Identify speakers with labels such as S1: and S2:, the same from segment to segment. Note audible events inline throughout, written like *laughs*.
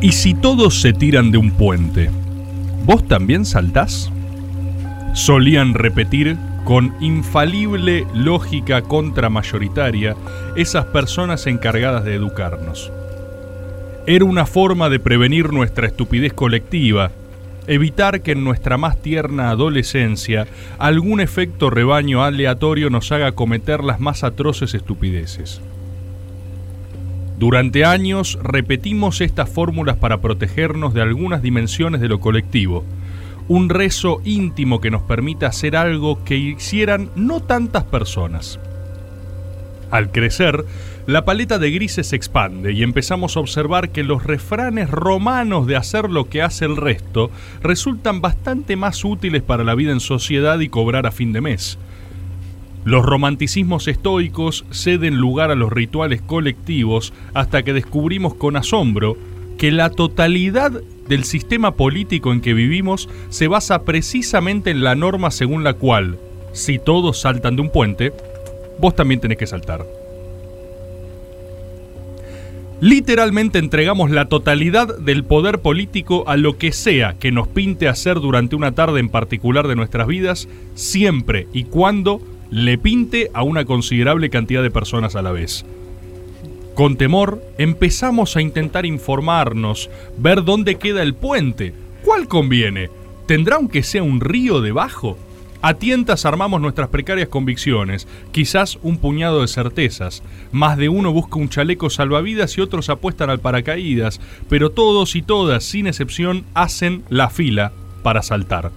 S1: ¿Y si todos se tiran de un puente, vos también saltás? Solían repetir con infalible lógica contramayoritaria esas personas encargadas de educarnos. Era una forma de prevenir nuestra estupidez colectiva, evitar que en nuestra más tierna adolescencia algún efecto rebaño aleatorio nos haga cometer las más atroces estupideces. Durante años repetimos estas fórmulas para protegernos de algunas dimensiones de lo colectivo, un rezo íntimo que nos permita hacer algo que hicieran no tantas personas. Al crecer, la paleta de grises se expande y empezamos a observar que los refranes romanos de hacer lo que hace el resto resultan bastante más útiles para la vida en sociedad y cobrar a fin de mes. Los romanticismos estoicos ceden lugar a los rituales colectivos hasta que descubrimos con asombro que la totalidad del sistema político en que vivimos se basa precisamente en la norma según la cual, si todos saltan de un puente, vos también tenés que saltar. Literalmente entregamos la totalidad del poder político a lo que sea que nos pinte hacer durante una tarde en particular de nuestras vidas, siempre y cuando le pinte a una considerable cantidad de personas a la vez. Con temor, empezamos a intentar informarnos, ver dónde queda el puente, cuál conviene, tendrá aunque sea un río debajo. A tientas armamos nuestras precarias convicciones, quizás un puñado de certezas. Más de uno busca un chaleco salvavidas y otros apuestan al paracaídas, pero todos y todas, sin excepción, hacen la fila para saltar.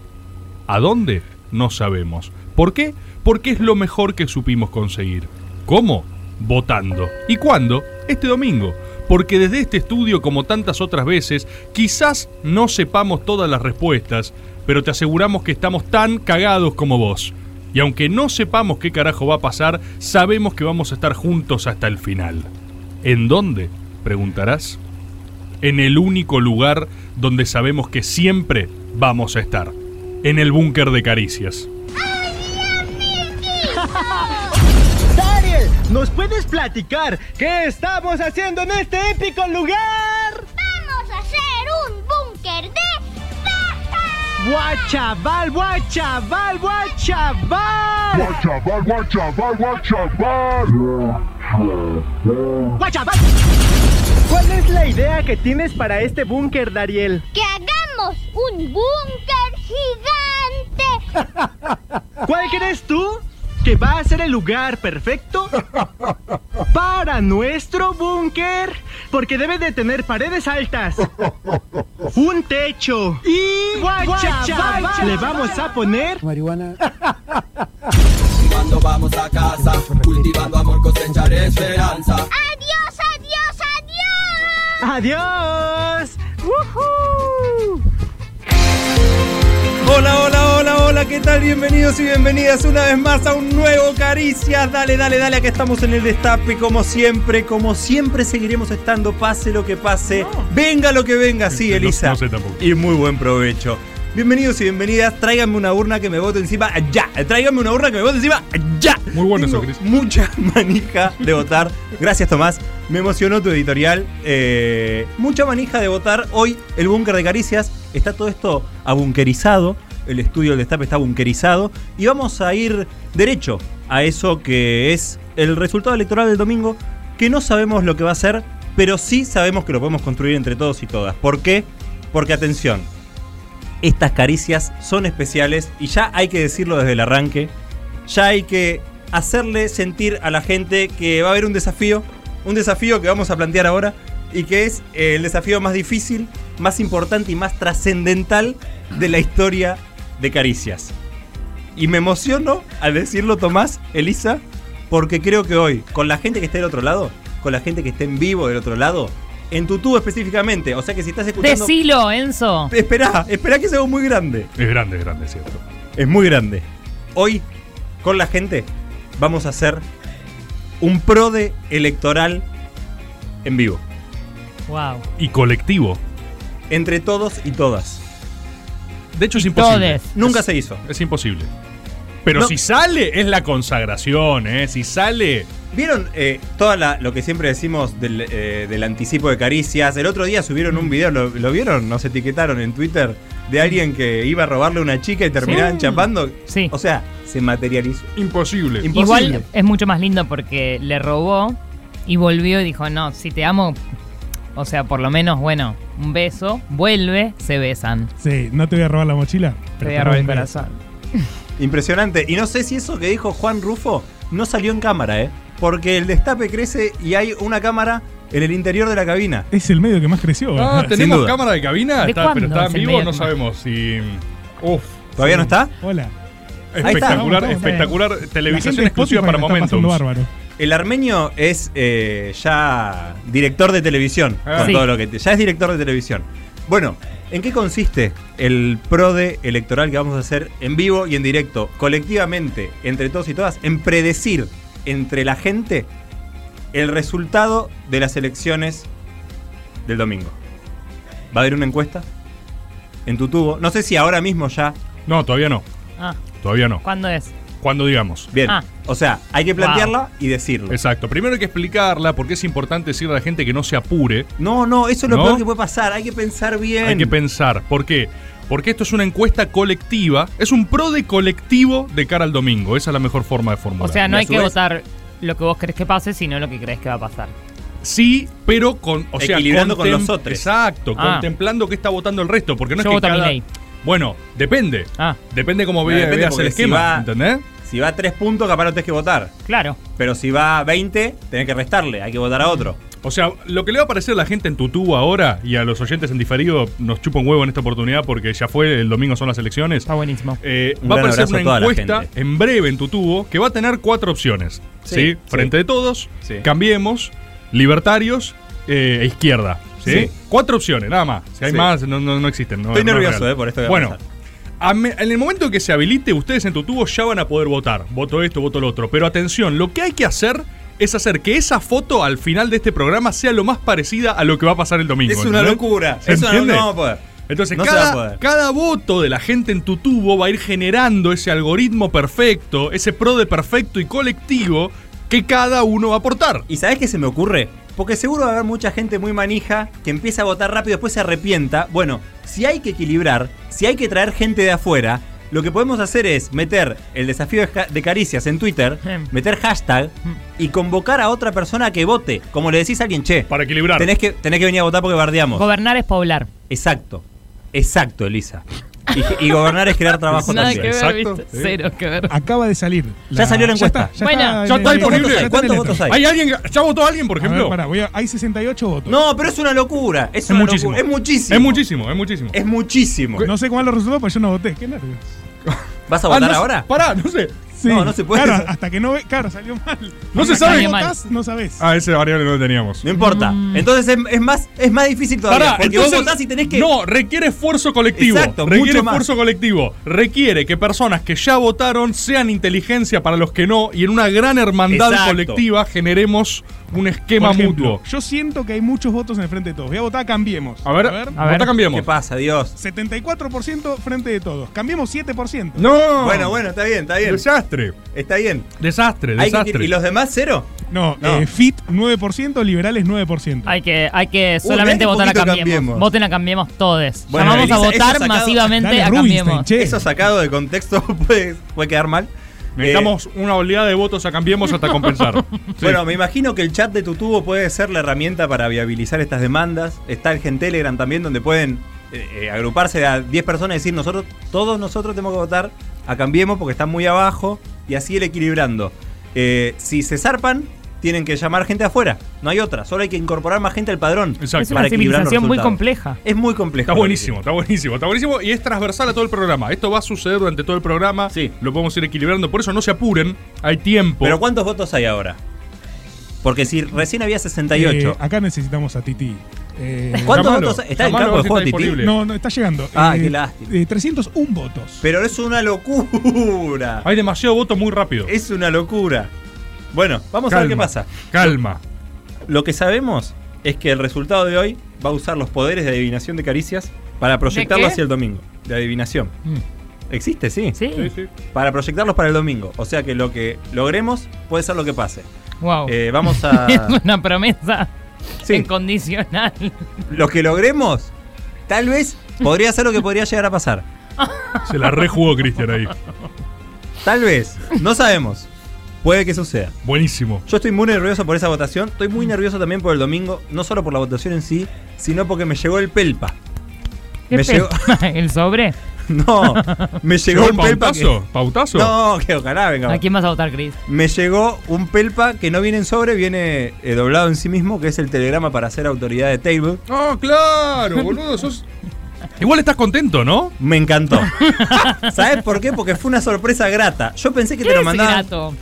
S1: ¿A dónde? No sabemos. ¿Por qué? Porque es lo mejor que supimos conseguir. ¿Cómo? Votando. ¿Y cuándo? Este domingo. Porque desde este estudio, como tantas otras veces, quizás no sepamos todas las respuestas, pero te aseguramos que estamos tan cagados como vos. Y aunque no sepamos qué carajo va a pasar, sabemos que vamos a estar juntos hasta el final. ¿En dónde? Preguntarás. En el único lugar donde sabemos que siempre vamos a estar. En el búnker de caricias.
S2: Dariel, ¿nos puedes platicar qué estamos haciendo en este épico lugar?
S3: Vamos a hacer un búnker de
S2: ¡Guachaval, guachaval, guachaval!
S4: Guachaval, guachaval, guachaval.
S2: ¡Guachaval! ¿Cuál es la idea que tienes para este búnker, Dariel?
S3: que hagamos un búnker gigante.
S2: ¿Cuál crees tú que va a ser el lugar perfecto para nuestro búnker? Porque debe de tener paredes altas, un techo y guachaval. Le vamos a poner
S5: Marihuana.
S6: Cuando vamos a casa, cultivando amor, cosechar esperanza.
S3: Adiós, adiós, adiós.
S2: adiós. ¡Woohoo!
S7: Hola, hola, hola, hola, ¿qué tal? Bienvenidos y bienvenidas una vez más a un nuevo Caricias. Dale, dale, dale, acá estamos en el destape, como siempre, como siempre seguiremos estando, pase lo que pase, venga lo que venga, sí,
S1: No-
S7: Elisa.
S1: no sé tampoco.
S7: Y muy buen provecho. Bienvenidos y bienvenidas, tráiganme una urna que me vote encima ya, tráiganme una urna que me vote encima ya.
S1: Muy bueno
S7: Tengo
S1: eso, Cris.
S7: Mucha *laughs* manija de votar. Gracias, Tomás. Me emocionó tu editorial. Eh, mucha manija de votar. Hoy el búnker de caricias está todo esto abunkerizado. El estudio del destape está bunkerizado. Y vamos a ir derecho a eso que es el resultado electoral del domingo. Que no sabemos lo que va a ser, pero sí sabemos que lo podemos construir entre todos y todas. ¿Por qué? Porque atención, estas caricias son especiales y ya hay que decirlo desde el arranque, ya hay que hacerle sentir a la gente que va a haber un desafío, un desafío que vamos a plantear ahora y que es eh, el desafío más difícil, más importante y más trascendental de la historia de caricias. Y me emociono al decirlo Tomás, Elisa, porque creo que hoy, con la gente que está del otro lado, con la gente que está en vivo del otro lado, en tu tubo específicamente, o sea que si estás escuchando...
S8: Decilo, Enzo.
S7: Esperá, esperá que sea muy grande.
S1: Es grande, es grande, es cierto.
S7: Es muy grande. Hoy, con la gente, vamos a hacer un PRODE electoral en vivo.
S8: Wow.
S1: Y colectivo.
S7: Entre todos y todas.
S1: De hecho, es
S8: Y
S1: imposible.
S8: todes.
S7: Nunca se hizo.
S1: Es imposible. Pero
S7: No.
S1: si sale, es la consagración, ¿eh? Si sale.
S7: ¿Vieron eh, toda la- lo que siempre decimos del, eh, del anticipo de caricias? El otro día subieron un video, ¿lo, lo vieron? Nos etiquetaron en Twitter de alguien que iba a robarle a una chica y terminaban
S8: Sí.
S7: chapando.
S8: Sí.
S7: O sea, se materializó.
S1: Imposible.
S7: Imp- imposible.
S8: Igual es mucho más lindo porque le robó y volvió y dijo, no, si te amo, o sea, por lo menos, bueno, un beso, vuelve, se besan.
S5: Sí, no te voy a robar la mochila.
S8: Te
S5: pero
S8: voy a robar el
S5: un beso.
S8: corazón.
S7: Impresionante. Y no sé si eso que dijo Juan Rufo no salió en cámara, ¿eh? Porque el destape crece y hay una cámara en el interior de la cabina.
S5: Es el medio que más creció.
S1: Ah,
S5: ¿verdad?
S1: ¿tenemos
S7: duda.
S1: cámara de cabina?
S8: ¿De
S1: Está-
S8: cuándo
S1: pero está en
S8: es el
S1: vivo,
S8: medio
S1: no
S8: tema?
S1: sabemos si. mm, Uf.
S7: ¿Todavía no está?
S5: Hola.
S1: Espectacular,
S5: Ahí está.
S1: espectacular. Televisión
S5: La gente de
S1: exclusiva
S5: Spotify
S1: para
S5: la está pasando
S1: momentos.
S5: bárbaro.
S7: El armenio es eh, ya director de televisión,
S1: Ah.
S7: con
S8: Sí.
S7: todo lo que te- ya es director de televisión. Bueno, ¿en qué consiste el PRODE electoral que vamos a hacer en vivo y en directo, colectivamente, entre todos y todas, en predecir entre la gente el resultado de las elecciones del domingo? ¿Va a haber una encuesta? En tu tubo. No sé si ahora mismo ya.
S1: No, todavía no.
S8: Ah,
S1: Todavía no.
S8: ¿cuándo es?
S1: Cuando digamos.
S7: Bien.
S8: Ah.
S7: O sea, hay que plantearla y
S8: Mm.
S7: decirlo.
S1: Exacto. Primero hay que explicarla porque es importante decirle a la gente que no se apure.
S7: No, no, eso es lo
S1: ¿No?
S7: peor que puede pasar. Hay que pensar bien.
S1: Hay que pensar. ¿Por qué? Porque esto es una encuesta colectiva. Es un pro de colectivo de cara al domingo. Esa es la mejor forma de formular.
S8: O sea,
S7: y
S8: no
S7: a
S8: hay
S7: su
S8: que
S7: vez-
S8: votar lo que vos crees que pase, sino lo que crees que va a pasar.
S1: Sí, pero con. O sea,
S7: Equilibrando con
S1: contem-
S7: los otros.
S1: Exacto,
S8: Ah.
S1: contemplando qué está votando el resto. Porque no
S8: Yo
S1: es que
S8: voto a
S1: cada-
S8: Milei.
S1: Bueno, depende.
S8: Ah.
S1: Depende cómo
S7: No,
S1: vea-
S7: depende
S1: veas
S7: porque
S1: el
S7: si
S1: esquema.
S7: va-
S1: ¿Entendés?
S7: Si va a 3 puntos, capaz no tenés que votar.
S8: Claro.
S7: Pero si va a 20, tenés que restarle. Hay que votar a otro.
S1: O sea, lo que le va a parecer a la gente en tu tubo ahora y a los oyentes en diferido nos chupa un huevo en esta oportunidad porque ya fue, el domingo son las elecciones.
S8: Está buenísimo.
S1: Eh,
S7: Un
S1: va a
S7: gran
S1: aparecer
S7: abrazo a
S1: una
S7: toda la
S1: encuesta
S7: gente.
S1: en breve en tu tubo que va a tener cuatro opciones.
S7: Sí,
S1: ¿sí?
S7: sí.
S1: Frente de todos,
S7: Sí.
S1: cambiemos, libertarios eh, e izquierda. ¿sí?
S7: Sí.
S1: Cuatro opciones, nada más. Si hay
S7: Sí.
S1: más, no, no- no existen. no-
S7: Estoy
S1: no es
S7: nervioso,
S1: real.
S7: eh, por esto que va a
S1: Bueno,
S7: pasar.
S1: a me- en el momento que se habilite, ustedes en tu tubo ya van a poder votar. Voto esto, voto lo otro. Pero atención, lo que hay que hacer es hacer que esa foto al final de este programa sea lo más parecida a lo que va a pasar el domingo.
S7: Es una
S1: ¿entendés?
S7: locura.
S1: ¿eh? ¿Se
S7: Es una
S1: entiende?
S7: no vamos a poder.
S1: Entonces,
S7: No se va a
S1: cada,
S7: poder.
S1: cada voto de la gente en tu tubo va a ir generando ese algoritmo perfecto, ese pro de perfecto y colectivo que cada uno va a aportar.
S7: ¿Y sabés qué se me ocurre? Porque seguro va a haber mucha gente muy manija que empieza a votar rápido y después se arrepienta. Bueno, si hay que equilibrar, si hay que traer gente de afuera, lo que podemos hacer es meter el desafío de ja- de caricias en Twitter,
S8: Em.
S7: meter hashtag y convocar a otra persona que vote. Como le decís a alguien, che,
S1: Para equilibrar.
S7: tenés que, tenés que venir a votar porque bardeamos.
S8: Gobernar es poblar.
S7: Exacto. Exacto, Elisa. Y, y gobernar es crear trabajo
S8: Nada
S7: también.
S8: que ver,
S1: Exacto,
S8: ¿viste?
S1: sí.
S8: Cero que ver.
S5: Acaba de salir.
S7: salió la encuesta.
S8: Bueno,
S1: ya está
S5: en el-
S1: disponible.
S5: ya está en el
S7: ¿Cuántos
S5: electro.
S7: votos hay?
S1: ¿Hay alguien? que- ¿Ya votó alguien, por
S5: A ver,
S1: ejemplo?
S5: pará, voy a- hay 68 votos.
S7: No, pero es una locura. Es,
S1: es,
S7: una
S1: muchísimo.
S7: locura. Es muchísimo.
S1: Es muchísimo, es muchísimo.
S7: Es muchísimo.
S5: No sé cuál lo resultó, pero pues yo no voté. Qué nervios.
S7: ¿Vas a
S1: Ah,
S7: votar
S1: no sé-
S7: ahora?
S1: Pará, no sé.
S5: Sí.
S7: No, no se puede.
S5: Claro, hasta que no ve. Claro, salió mal.
S1: No se
S5: Hasta
S1: sabe.
S5: que No votás, no sabés.
S1: Ah, ese variable no lo teníamos.
S7: *laughs* No importa.
S8: Mm.
S7: Entonces es, es más, es más difícil todavía.
S1: Pará,
S7: porque
S1: entonces-
S7: vos votás y tenés que.
S1: No, requiere esfuerzo colectivo.
S7: Exacto,
S1: requiere
S7: mucho más.
S1: esfuerzo colectivo. Requiere que personas que ya votaron sean inteligencia para los que no y en una gran hermandad
S7: Exacto.
S1: colectiva generemos un esquema
S5: Por ejemplo,
S1: mutuo.
S5: Yo siento que hay muchos votos en el frente de todos. Voy a votar, cambiemos.
S1: A ver,
S8: a ver.
S1: vota cambiamos.
S7: ¿Qué pasa, Dios?
S5: 74% frente de todos. Cambiemos 7%.
S1: No.
S7: Bueno, bueno, está bien, está bien.
S1: Desastre.
S7: Está bien.
S1: Desastre,
S7: Hay que-
S1: desastre.
S7: ¿Y los demás cero?
S5: No,
S7: No.
S5: eh, FIT 9%, liberales 9%.
S8: Hay que, hay que
S7: Uh,
S8: solamente
S7: mirá que
S8: votar a
S7: poquito
S8: cambiemos.
S7: Cambiemos.
S8: Voten a cambiemos todos.
S7: Bueno,
S8: Llamamos a
S7: Elisa, eso
S8: votar
S7: sacado-
S8: masivamente
S5: Dale,
S8: a
S5: Rubinstein,
S8: cambiemos.
S5: che.
S7: Eso sacado de contexto *laughs* puede, puede quedar mal. Eh,
S1: Necesitamos una oleada de votos a cambiemos hasta
S7: *laughs*
S1: compensar. Sí.
S7: Bueno, me imagino que el chat de tu tubo puede ser la herramienta para viabilizar estas demandas. Está el Gen Telegram también, donde pueden eh, eh, agruparse a 10 personas y decir, nosotros, todos nosotros tenemos que votar a Cambiemos porque están muy abajo y así ir equilibrando. Eh, si se zarpan, tienen que llamar gente afuera. No hay otra. Solo hay que incorporar más gente al padrón.
S1: Exacto.
S8: Es una
S7: para equilibrar los
S8: civilización muy
S7: resultados.
S8: compleja.
S7: Es muy complejo.
S1: Está buenísimo, está buenísimo, está buenísimo y es transversal a todo el programa. Esto va a suceder durante todo el programa.
S7: Sí.
S1: Lo podemos ir equilibrando, por eso no se apuren, hay tiempo.
S7: Pero ¿cuántos votos hay ahora? Porque si recién había
S5: Eh,
S7: 68.
S1: ah.
S5: acá necesitamos a Titi. Eh,
S7: ¿Cuántos
S1: llamalo,
S7: votos? ¿Está en
S1: llamalo,
S7: campo
S1: a ver
S7: de
S1: si
S7: juego,
S1: está
S7: Titi?
S1: disponible.
S5: no, no, está llegando.
S7: Ah,
S5: Eh,
S7: qué lástima.
S5: eh, 301 votos.
S7: Pero es una locura.
S1: Hay demasiado voto muy rápido.
S7: Es una locura. Bueno, vamos a ver qué pasa.
S1: Calma.
S7: Lo que sabemos es que el resultado de hoy va a usar los poderes de adivinación de caricias para proyectarlo
S8: qué?
S7: hacia el domingo. De adivinación. Existe, sí.
S8: Sí.
S1: Sí, sí.
S7: Para proyectarlos para el domingo. O sea que lo que logremos puede ser lo que pase.
S8: Wow.
S7: Eh, vamos a.
S8: *laughs* es una promesa
S7: Sí.
S8: incondicional.
S7: Lo que logremos, tal vez podría ser lo que podría llegar a pasar.
S1: Se la rejugó Cristian ahí.
S7: Tal vez. No sabemos. Puede que suceda.
S1: Buenísimo.
S7: Yo estoy muy nervioso por esa votación. Estoy muy nervioso también por el domingo. No solo por la votación en sí, sino porque me llegó el pelpa.
S8: ¿Qué
S7: Me
S8: pe-
S7: llegó-
S8: ¿El sobre?
S7: *laughs* No, me llegó
S1: ¿Llegó
S7: un
S1: el
S7: pelpa. que-
S1: pautazo? ¿Pautazo?
S7: No, que ojalá venga.
S8: ¿A quién vas a votar, Chris?
S7: Me llegó un pelpa que no viene en sobre, viene eh, doblado en sí mismo, que es el telegrama para ser autoridad de table.
S1: Ah, claro, boludo, sos... Igual estás contento, ¿no?
S7: Me
S8: *laughs*
S7: encantó. ¿Sabes por qué? Porque fue una sorpresa grata. Yo pensé que
S8: ¿Qué
S7: te lo
S8: es
S7: mandaban.
S8: grato?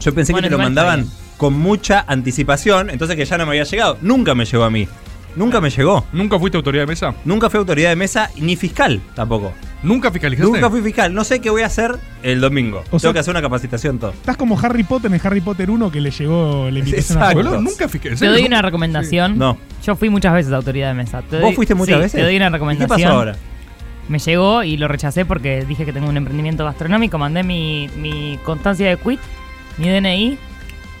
S7: Yo pensé
S8: Bueno,
S7: que te lo
S8: igual está
S7: mandaban
S8: bien.
S7: con mucha anticipación, entonces que ya no me había llegado. Nunca me llegó a mí. Nunca me llegó.
S1: ¿Nunca fuiste autoridad de mesa?
S7: Nunca fui autoridad de mesa ni fiscal tampoco.
S1: ¿Nunca fiscalizaste?
S7: Nunca fui fiscal. No sé qué voy a hacer el domingo. Tengo
S5: sea-
S7: que hacer una capacitación todo.
S5: Estás como Harry Potter en Harry Potter 1 que le llegó la invitación a
S7: Exacto.
S1: Boludo,
S5: Hogwarts.
S1: nunca fiscal- ¿en
S8: Te
S1: serio?
S8: doy una recomendación.
S7: Sí. No.
S8: Yo fui muchas veces autoridad de mesa. Te
S7: ¿Vos
S8: doy-
S7: fuiste muchas
S8: sí,
S7: veces?
S8: Te doy una
S7: ¿Y
S8: recomendación.
S7: qué pasó ahora?
S8: Me llegó y lo rechacé porque dije que tengo un emprendimiento gastronómico. Mandé mi, mi constancia de quit, mi DNI.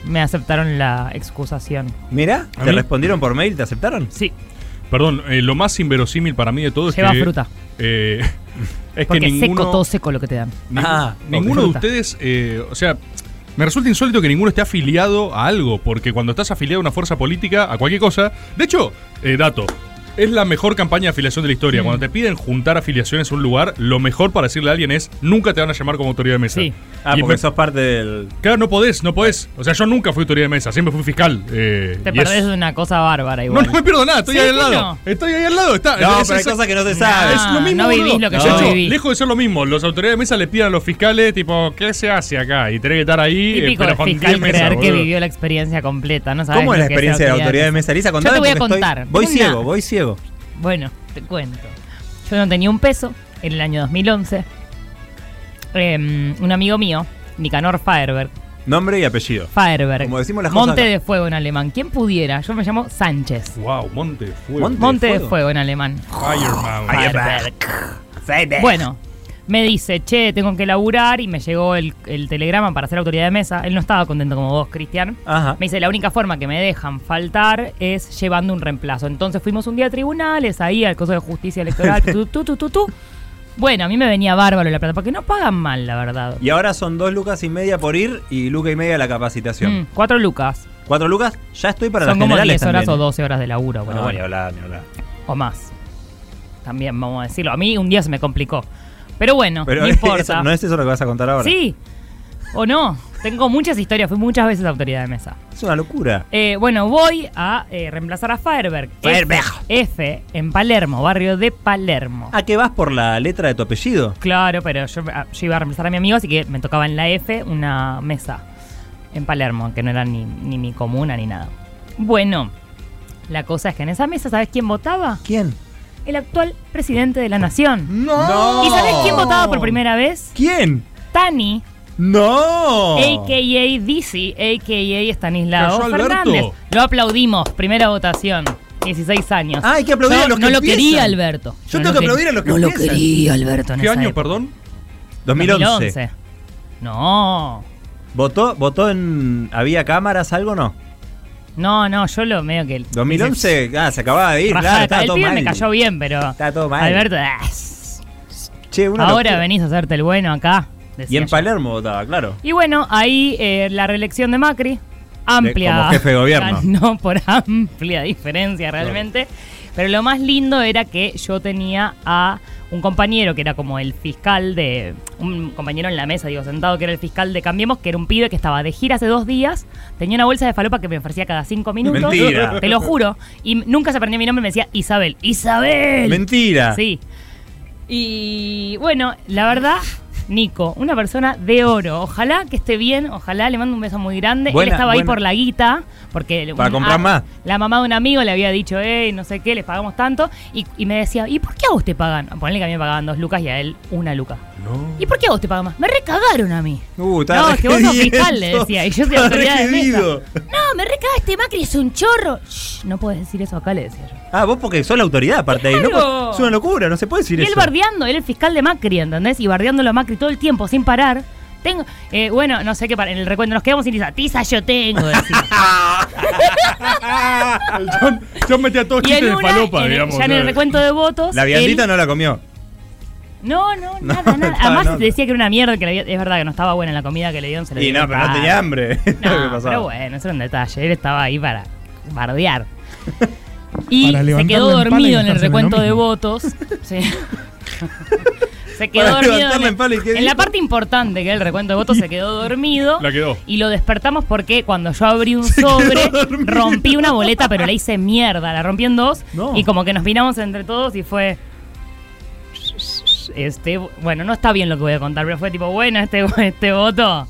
S8: Me aceptaron la excusación.
S7: Mira,
S1: ¿A
S7: ¿te
S1: mí?
S7: respondieron por mail? ¿Te aceptaron?
S8: Sí,
S1: Perdón, eh, lo más inverosímil para mí de todo es
S8: Lleva
S1: que...
S8: fruta.
S1: eh, *laughs* es que
S8: porque
S1: ninguno...
S8: seco, todo seco lo que te dan.
S1: Ningún-
S7: Ah,
S1: ninguno de
S8: ok.
S1: ustedes, eh, o sea, me resulta insólito que ninguno esté afiliado a algo, porque cuando estás afiliado a una fuerza política, a cualquier cosa, de hecho, eh, dato. Es la mejor campaña de afiliación de la historia. Cuando te piden juntar afiliaciones a un lugar, lo mejor para decirle a alguien es nunca te van a llamar como autoridad de mesa.
S8: Sí.
S7: Ah,
S1: Y
S7: porque
S1: me-
S7: sos parte del.
S1: Claro, no podés, no podés. O sea, yo nunca fui autoridad de mesa, siempre fui fiscal. eh,
S8: Te
S1: y
S8: perdés
S1: es-
S8: de una cosa bárbara
S1: No,
S8: igual.
S1: no me pierdo nada, estoy
S8: Sí,
S1: ahí al lado.
S8: bueno.
S1: Estoy ahí al lado, está.
S7: No,
S1: es-
S7: pero hay
S1: es-
S7: cosas que no se
S8: Ah,
S7: saben.
S1: es lo mismo.
S8: no vivís
S1: boludo.
S8: lo que
S1: De
S8: yo
S1: hecho,
S8: viví.
S1: Lejos de ser lo mismo, los autoridades de mesa le piden a los fiscales, tipo, ¿qué se hace acá? Y tenés que estar ahí, eh,
S8: Típico
S1: pero
S8: del
S1: con 10
S8: fiscal
S1: mesas,
S8: creer que
S1: boludo.
S8: vivió la experiencia completa. No sabes
S7: ¿Cómo es la
S8: lo que es
S7: experiencia de la autoridad de mesa? Lisa, contame
S8: te voy a
S7: porque estoy-
S8: contar.
S7: voy
S8: Tengo
S7: ciego,
S8: una-
S7: voy ciego.
S8: Bueno, te cuento. Yo no tenía un peso en el año 2011. Em, un amigo mío, Nicanor Faerberg,
S7: Nombre y apellido.
S8: Faerberg,
S7: Como decimos las cosas
S8: Monte
S7: acá.
S8: de Fuego en alemán. ¿Quién pudiera? Yo me llamo Sánchez.
S1: Wow, monte de fuego.
S7: Monte-
S8: Monte de
S7: Fuego.
S8: Fuego en alemán.
S1: Fireman.
S8: Faerberg. Bueno, me dice, che, tengo que laburar y me llegó el, el telegrama para ser autoridad de mesa. Él no estaba contento como vos, Cristian.
S7: Ajá.
S8: Me dice, la única forma que me dejan faltar es llevando un reemplazo. Entonces fuimos un día a tribunales, ahí al coso de justicia electoral, tu, tu, tu, tu, tu. Bueno, a mí me venía bárbaro la plata, porque no pagan mal, la verdad.
S7: Y ahora son dos lucas y media por ir y luca y media la capacitación.
S8: Mm, cuatro lucas.
S7: Cuatro lucas, ya estoy para las
S8: Son como
S7: generales
S8: 10 horas
S7: también.
S8: o 12 horas de laburo, pero
S7: No,
S8: bueno,
S7: ni hablar, ni hablar.
S8: o más. También, vamos a decirlo. A mí un día se me complicó. Pero bueno,
S7: *laughs* Pero
S8: no
S7: eso-
S8: importa.
S7: no es eso lo que vas a contar ahora.
S8: Sí, o no. Tengo muchas historias, fui muchas veces autoridad de mesa.
S7: Es una locura.
S8: Eh, bueno, voy a eh, reemplazar a Fireberg.
S7: Faerberg.
S8: F, F en Palermo, barrio de Palermo.
S7: ¿A qué vas por la letra de tu apellido?
S8: Claro, pero yo, ah, yo iba a reemplazar a mi amigo, así que me tocaba en la F una mesa en Palermo, que no era ni, ni mi comuna ni nada. Bueno, la cosa es que en esa mesa, ¿sabes quién votaba?
S7: ¿Quién?
S8: El actual presidente de la nación.
S7: ¡No!
S8: ¿Y sabes quién votaba por primera vez?
S7: ¿Quién?
S8: Tani,
S7: ¡No!
S8: a.k.a. Dizzy, a.k.a. Stanislao
S1: Cayó Alberto.
S8: Fernández. Lo aplaudimos, primera votación, 16 años.
S7: Ah, hay que aplaudir
S8: Yo
S7: a los que
S8: no lo
S7: empiezan.
S8: quería Alberto.
S7: Yo tengo
S8: No lo
S7: que
S8: quer-
S7: aplaudir a los que
S8: No lo
S7: empiezan.
S8: quería Alberto en
S1: ¿Qué
S8: esa
S1: año,
S8: época.
S1: perdón? *laughs*
S7: 2011.
S8: 2011. No.
S7: ¿Votó, ¿Votó en. ¿Había cámaras, algo o no?
S8: No, no, yo lo medio que.
S7: 2011, ah, se acababa de ir,
S8: Rajá,
S7: claro, estaba
S8: el
S7: todo
S8: pibe
S7: mal.
S8: me cayó bien, pero.
S7: Estaba todo mal.
S8: Alberto, ah,
S7: Che, una
S8: ahora
S7: locura.
S8: venís a hacerte el bueno acá.
S7: Y
S8: decía
S7: en
S8: yo.
S7: Palermo votaba, claro.
S8: Y bueno, ahí eh, la reelección de Macri, amplia.
S7: De- como jefe de gobierno.
S8: *laughs* No, por amplia diferencia realmente. Pero lo más lindo era que yo tenía a un compañero que era como el fiscal de. Un compañero en la mesa, digo, sentado, que era el fiscal de Cambiemos, que era un pibe que estaba de gira hace dos días. Tenía una bolsa de falopa que me ofrecía cada cinco minutos.
S7: Mentira.
S8: Te lo juro. Y nunca se aprendía mi nombre, me decía Isabel. ¡Isabel!
S7: Mentira.
S8: Sí. Y bueno, la verdad, Nico, una persona de oro. Ojalá que esté bien, ojalá le mando un beso muy grande.
S7: Buena,
S8: Él estaba ahí
S7: buena.
S8: por la guita, porque
S7: Para
S8: un-
S7: comprar
S8: ah,
S7: más.
S8: La mamá de un amigo le había dicho, hey, no sé qué, les pagamos tanto. Y, y me decía, ¿y por qué a vos te pagan? Ponle que a mí me pagaban dos lucas y a él una luca.
S1: No.
S8: ¿Y por qué a vos te pagan más? Me recagaron a mí.
S7: Uh, está
S8: No,
S7: re
S8: es que vos sos
S7: bien,
S8: fiscal, le
S7: sos-
S8: decía, y yo soy
S7: está
S8: autoridad de
S7: requerido.
S8: No, me recagaste, Macri es un chorro. Shh, no puedes decir eso acá, le decía yo.
S7: Ah, vos porque sos la autoridad, aparte ahí. ¿no?
S8: Claro.
S7: Es una locura, no se puede decir
S8: Y él
S7: eso.
S8: bardeando, él el fiscal de Macri, ¿entendés? Y bardeándolo a Macri todo el tiempo, sin parar. Tengo, eh, bueno, no sé qué, para- en el recuento nos quedamos sin tiza. Tiza yo
S7: *laughs*
S8: tengo, decía.
S1: John, John metía todos
S8: y
S1: chistes
S8: en
S1: de
S8: una,
S1: falopa,
S8: en el-
S1: digamos.
S8: ya en el
S1: ¿sabes?
S8: recuento de votos.
S7: La viandita
S8: él-
S7: no la comió.
S8: No, no,
S7: *laughs* No,
S8: nada, nada.
S7: estaba
S8: Además
S7: en otra.
S8: decía que era una mierda, que la vi- es verdad que no estaba buena la comida que le dieron, se la
S7: Y no,
S8: dieron
S7: pero no
S8: cara.
S7: tenía
S8: *laughs*
S7: hambre. *laughs* Lo que
S8: Ah. No,
S7: pasaba.
S8: pero bueno, eso era un detalle. Él estaba ahí para
S7: *laughs*
S8: bardear. Y
S5: Para
S8: se
S5: levantarlo
S8: quedó
S5: en pala y
S8: dormido en el
S5: gastárselo en
S8: recuento
S5: lo
S8: de
S5: mismo.
S7: *laughs*
S8: votos. Sí. *laughs* se quedó
S7: Para
S8: dormido. En,
S7: levantarlo en pala y qué
S8: en la
S7: dijo.
S8: parte importante que era el recuento de votos, se quedó
S1: *laughs*
S8: dormido.
S1: La quedó.
S8: Y lo despertamos porque cuando yo
S7: *laughs*
S8: abrí un
S7: quedó
S8: sobre,
S7: dormido.
S8: rompí una boleta, pero la hice mierda. La rompí en dos.
S7: No.
S8: Y como que nos miramos entre todos y fue. Este, bueno, no está bien lo que voy a contar, pero fue tipo, bueno, este, este voto.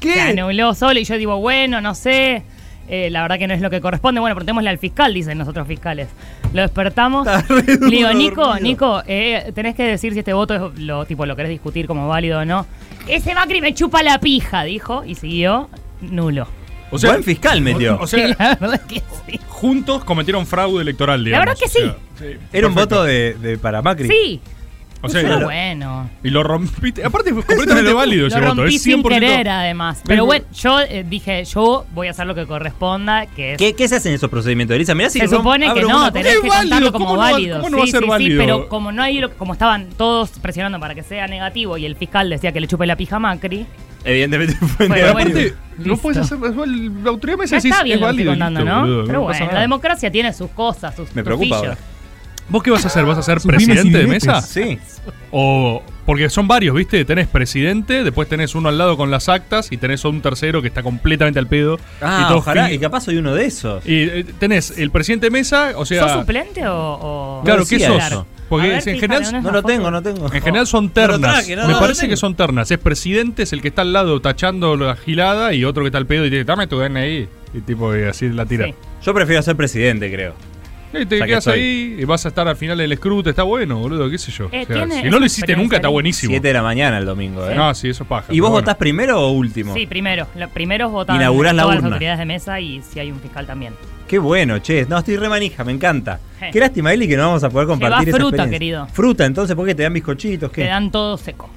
S7: ¿Qué?
S8: Se anuló solo y yo digo, bueno, no sé. eh, la verdad que no es lo que corresponde. Bueno, preguntémosle al fiscal, dicen nosotros fiscales. Lo despertamos.
S7: Está re duro
S8: Le digo, Nico,
S7: dormido".
S8: Nico, eh, tenés que decir si este voto es lo, tipo, lo querés discutir como válido o no. Ese Macri me chupa la pija, dijo, y siguió nulo. *laughs*
S1: O sea,
S7: Buen fiscal metió.
S1: O sea,
S8: la verdad que sí.
S1: juntos cometieron fraude electoral, digamos.
S8: verdad que
S1: o sea,
S8: sí.
S7: Era un voto de, de para Macri.
S8: Sí,
S1: O sea,
S8: pero
S1: lo-
S8: bueno.
S1: y lo rompiste. Aparte, fue completamente válido ese
S8: Lo
S1: voto.
S8: rompí
S1: Es
S8: sin
S1: 100%.
S8: querer, además. Pero bueno, yo eh, dije, yo voy a hacer lo que corresponda, que es
S7: ¿Qué, qué se hacen esos procedimientos, Elisa? Mirá si
S8: se
S7: rom-
S8: supone que
S7: abro una-
S8: no, tenés
S1: Es
S8: que
S1: válido,
S8: contarlo como
S1: ¿cómo no va-
S8: válido.
S1: cómo no va a ser válido?
S8: pero como no hay lo- como estaban todos presionando para que sea negativo y el fiscal decía que le chupe la pija a Macri.
S7: Evidentemente fue
S8: Bueno,
S7: negativo.
S8: bueno.
S1: Aparte, no
S8: Listo.
S1: puedes hacer. es val- La autoridad me dice
S8: Ya
S1: si
S8: está
S1: es
S8: bien lo que estoy
S1: válido.
S8: contando,
S1: listo,
S8: ¿no?
S1: boludo,
S8: pero
S1: no pasa
S8: bueno, la
S1: nada.
S8: democracia tiene sus cosas, sus
S7: Me preocupa
S8: trujillos.
S7: ahora.
S1: ¿Vos qué vas a hacer? ¿Vas a ser
S5: Sus dimes y
S1: presidente de
S5: diretes.
S1: mesa?
S8: *laughs*
S7: Sí.
S1: O porque son varios, ¿viste? Tenés presidente, después tenés uno al lado con las actas y tenés un tercero que está completamente al pedo.
S7: Ah,
S1: y todos
S7: ojalá.
S1: fin-
S7: Y capaz soy uno de esos.
S1: y, eh, tenés el presidente de mesa, o sea,
S8: ¿Sos suplente o, o-
S1: Claro,
S7: No
S1: ¿qué
S7: decía
S1: sos?
S7: eso.
S1: Porque
S8: A ver,
S1: es- en
S8: fíjate,
S1: general
S8: ¿dónde
S7: No
S8: la
S7: lo
S8: foto?
S7: tengo, no tengo.
S1: en general son
S7: No lo
S1: ternas.
S7: traje, no,
S1: Me
S7: no lo
S1: parece
S7: tengo.
S1: que son ternas. Es presidente, es el que está al lado tachando la gilada y otro que está al pedo y dice, dame tu DNI. Y tipo, y así la tira.
S8: Sí.
S7: Yo prefiero ser presidente, creo.
S1: Y te
S7: Ya que
S1: quedas
S7: estoy.
S1: ahí y vas a estar al final del escruto. Está bueno, boludo, qué sé yo.
S8: Eh,
S1: O sea,
S8: tiene
S1: si no lo
S8: esa
S1: hiciste nunca, está
S8: experiencia.
S1: buenísimo.
S7: 7 de la mañana el domingo, ¿eh?
S1: No, sí, eso es paja.
S7: ¿Y
S1: pero
S7: vos
S1: bueno.
S7: votás primero o último?
S8: Sí, primero. Los primeros votan
S7: Inaugurás la
S8: todas las
S7: urna.
S8: autoridades de mesa y si hay un fiscal también.
S7: Qué bueno, che. No, estoy re manija, me encanta.
S8: Je.
S7: Qué lástima, Eli, que no vamos a poder compartir esa
S8: fruta,
S7: experiencia.
S8: querido.
S7: Fruta, entonces, ¿por qué te dan bizcochitos?
S8: Te
S7: ¿Qué?
S8: dan todo seco.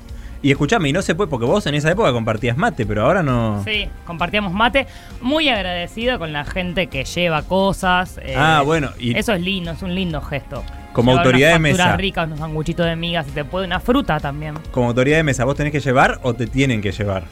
S7: Y escuchame, y no se puede, porque vos en esa época compartías mate, pero ahora no.
S8: Sí, compartíamos mate. Muy agradecido con la gente que lleva cosas. eh,
S7: Ah, bueno, y-
S8: Eso es lindo, es un lindo gesto.
S7: Como
S8: Llevar
S7: autoridad
S8: unas
S7: de mesa.
S8: facturas ricas, unos sanguchitos de migas, si te puede, una
S7: *laughs*
S8: fruta también.
S7: Como autoridad de mesa, ¿vos tenés que llevar o te tienen que llevar?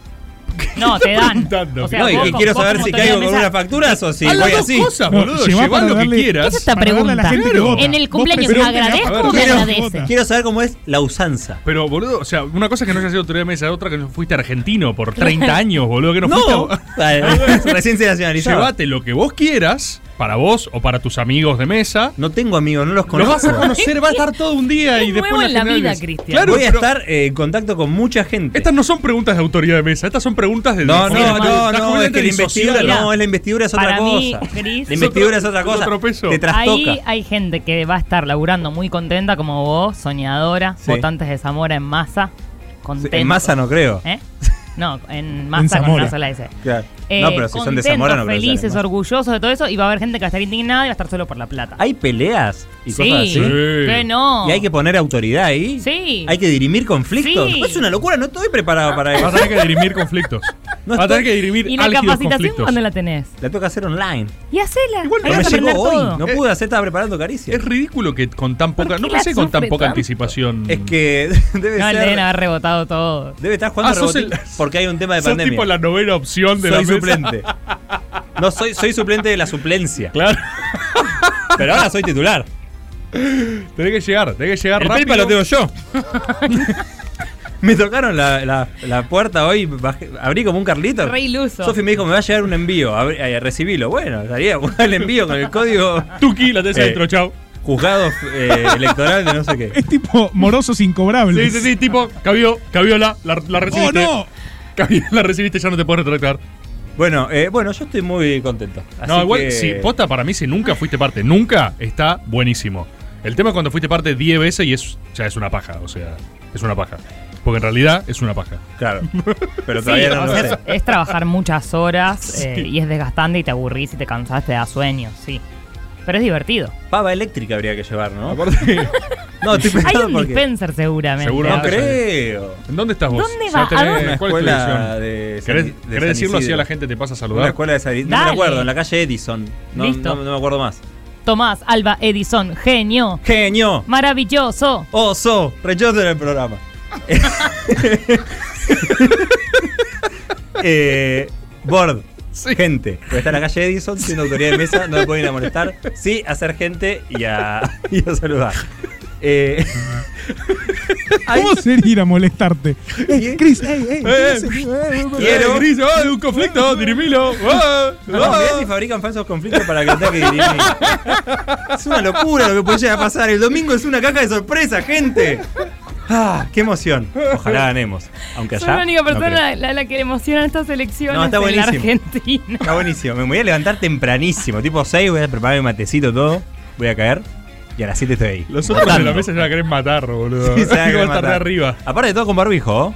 S8: No, te dan.
S1: preguntando?
S7: no, y
S8: vos
S7: que
S8: con-
S7: quiero
S8: vos
S7: saber
S8: como
S7: si
S8: autoridad
S7: caigo
S8: de
S7: con
S8: mesa-
S7: unas facturas o si
S1: Haz las
S7: voy
S1: dos
S7: así.
S1: cosas,
S5: No,
S1: boludo.
S5: llevá
S1: Llevá
S5: para
S1: lo que
S5: darle-
S1: quieras.
S8: Esa es la
S5: Para darle a la
S8: pregunta.
S5: gente que
S1: Claro.
S5: vota.
S8: En el
S5: Vos
S8: cumpleaños,
S5: presidente,
S8: ¿agradezco
S5: a
S8: o
S5: ver,
S8: me
S5: quiero-
S8: agradece?
S7: Quiero saber cómo es la usanza.
S1: Pero, boludo, o sea, una cosa es que no hayas sido autoridad de mesa, otra que no fuiste argentino por 30 años, boludo, que no,
S7: *laughs*
S1: fuiste. a-
S7: Vale, Recién se nacionalizaba.
S1: Llévate lo que vos quieras, para vos o para tus amigos de mesa.
S7: No tengo amigos, no los
S1: Lo vas
S7: conozco.
S1: a conocer, va a estar todo un día
S8: Es
S1: y después
S8: nuevo
S1: las
S8: en la vida,
S1: generales.
S8: Cristian.
S1: Claro,
S7: Voy a
S1: pero
S7: estar eh, en contacto con mucha gente.
S1: Estas no son preguntas de autoridad de mesa, estas son preguntas de.
S7: No,
S1: de-
S7: no,
S1: estás
S7: no, no, es
S1: completamente
S7: que la investidura,
S1: disociada.
S7: no, es la investidura es otra
S8: Para mí,
S7: cosa.
S8: Gris,
S7: la investidura es otra
S1: es otro
S7: cosa.
S1: peso.
S7: Te trastoca.
S8: Ahí hay gente que va a estar laburando muy contenta, como vos, soñadora,
S7: Sí.
S8: votantes de Zamora en masa. Contenta.
S7: en masa no creo. *laughs*
S8: ¿Eh? No, en masa con
S5: Zamora.
S8: una sola S.
S7: Claro.
S8: Eh,
S7: no, pero si son de
S8: contentos,
S7: Zamora no creo que sean en
S8: felices,
S7: masa.
S8: orgullosos de todo eso y va a haber gente que va a estar indignada y va a estar solo por la plata.
S7: Hay peleas y
S8: sí,
S7: cosas así.
S1: Sí.
S8: que no.
S7: Y hay que poner autoridad ahí.
S8: Sí.
S7: Hay que dirimir conflictos.
S8: Sí.
S7: Es una locura, no estoy preparado para
S1: Vas
S7: eso.
S1: a tener que dirimir conflictos.
S7: *laughs* No
S1: Vas a tener
S7: estoy-
S1: que dirimir
S8: y la
S1: álgidos
S8: capacitación
S1: conflictos.
S8: cuando la tenés.
S7: La tengo que hacer online.
S8: Y hacela.
S1: Igual no
S8: Ahí
S7: No me
S8: vas a
S7: llegó
S8: aprender
S7: hoy.
S8: todo.
S7: No pude hacer, estaba preparando caricia.
S1: Eh, Es ridículo que con tan poca.
S8: qué
S1: No
S8: la
S1: pensé con tan
S8: sufre
S1: poca
S8: tanto?
S1: anticipación.
S7: Es que *laughs* debe
S8: No, le deben
S7: ser.
S8: haber rebotado todo.
S7: Debe estar jugando
S1: Ah, sos
S7: rebotín
S1: el-
S7: porque hay un tema de
S1: Sos
S7: Ah, pandemia.
S1: tipo la novena opción de la
S7: soy
S1: mesa.
S7: suplente. No, soy, soy suplente de la
S1: *laughs*
S7: suplencia.
S1: Claro.
S7: Pero ahora soy titular.
S1: Tenés que llegar, tenés que llegar
S7: El
S1: rápido.
S7: PELPA lo
S1: *laughs*
S7: tengo yo. me tocaron la, la- la puerta hoy, bajé- abrí como un carlito.
S8: Re iluso.
S7: Sofi me dijo, me va a llegar un envío. Abrí- eh, recibilo. Bueno, estaría *laughs* bueno el envío con el código
S1: Tuki, la tenés
S7: Eh.
S1: adentro, chau.
S7: juzgado
S1: *laughs*
S7: eh, electoral de no sé qué.
S5: Es tipo morosos
S1: Sí,
S5: incobrables.
S1: sí, sí, tipo, cabió, cabiola, la, la recibiste.
S5: ¡Oh, no!
S1: Cabiola, la recibiste, ya no te puedes retractar.
S7: Bueno, eh, bueno, yo estoy muy contento.
S1: no,
S7: Así
S1: igual,
S7: que-
S1: si posta para mí, si nunca fuiste parte, nunca, está buenísimo. El tema es cuando fuiste parte 10 veces y es, ya es una paja, o sea, es una paja. Porque en realidad es una paja. *laughs*
S7: Claro. Pero
S8: Sí,
S7: todavía no
S8: o
S7: lo
S8: sea,
S7: sé.
S8: es
S7: *laughs*
S8: trabajar muchas horas eh, y es desgastante y te aburrís y te cansás, te da sueño, sí. Pero es divertido.
S7: Pava eléctrica habría que llevar,
S1: Ah,
S7: ¿no?
S1: Aparte,
S7: No, estoy
S8: Hay
S7: pensando
S8: un
S7: porque-
S8: dispenser seguramente.
S1: Seguro,
S7: No
S1: Ah,
S7: creo.
S1: ¿en ¿dónde estás vos?
S8: ¿Dónde
S1: Ya
S8: va?
S1: tenés-
S8: ¿A dónde?
S1: ¿Cuál
S7: Una
S1: es tu
S7: escuela
S1: dirección?
S7: de San-
S1: ¿Querés,
S7: de
S1: querés
S7: San
S1: decirlo así
S7: Isidro.
S1: a la gente? ¿Te pasa a
S7: Una
S1: saludar?
S7: escuela de San Isidro. No me
S8: Dale.
S7: acuerdo, en la calle Edison. No,
S8: Listo.
S7: no- no me acuerdo más.
S8: Tomás Alba Edison, genio.
S7: Genio.
S8: Maravilloso.
S7: Oso. Rechazo en el programa. eh, board. Gente. Porque está en la calle Edison, siendo autoridad de mesa, no me pueden ir a molestar. Sí, a ser gente y a, *laughs* y a saludar. Eh,
S5: ¿Cómo sería ir a molestarte? Eh, Chris, ey, ey,
S1: Eh,
S5: Chris, ey, ey, ey,
S7: Quiero-
S1: Eh, Cris, ah, hay un conflicto! ¡Dirimilo! Ah,
S7: No, no,
S1: ah.
S7: mirá si fabrican falsos conflictos para que ataque Dirimini. Es una locura lo que puede llegar a pasar. El domingo es una caja de sorpresa, gente. Ah, qué emoción. Ojalá ganemos. Aunque allá.
S8: Soy la única
S7: no creo.
S8: persona a la, la que le emocionan estas elecciones
S7: No, está
S8: en la
S7: buenísimo. *laughs*
S8: Argentina.
S7: Está buenísimo. Me voy a levantar tempranísimo. Tipo 6, voy a preparar mi matecito todo. Voy a caer. Y a las 7 estoy ahí.
S1: Los otros de
S7: Votando.
S1: la
S7: *laughs*
S1: mesa ya la querés matar, boludo. *laughs*
S7: Sí, se van
S1: Así que va
S7: a
S1: a
S7: querer
S1: estar de
S7: matar.
S1: arriba.
S7: Aparte de todo con barbijo, ¿oh?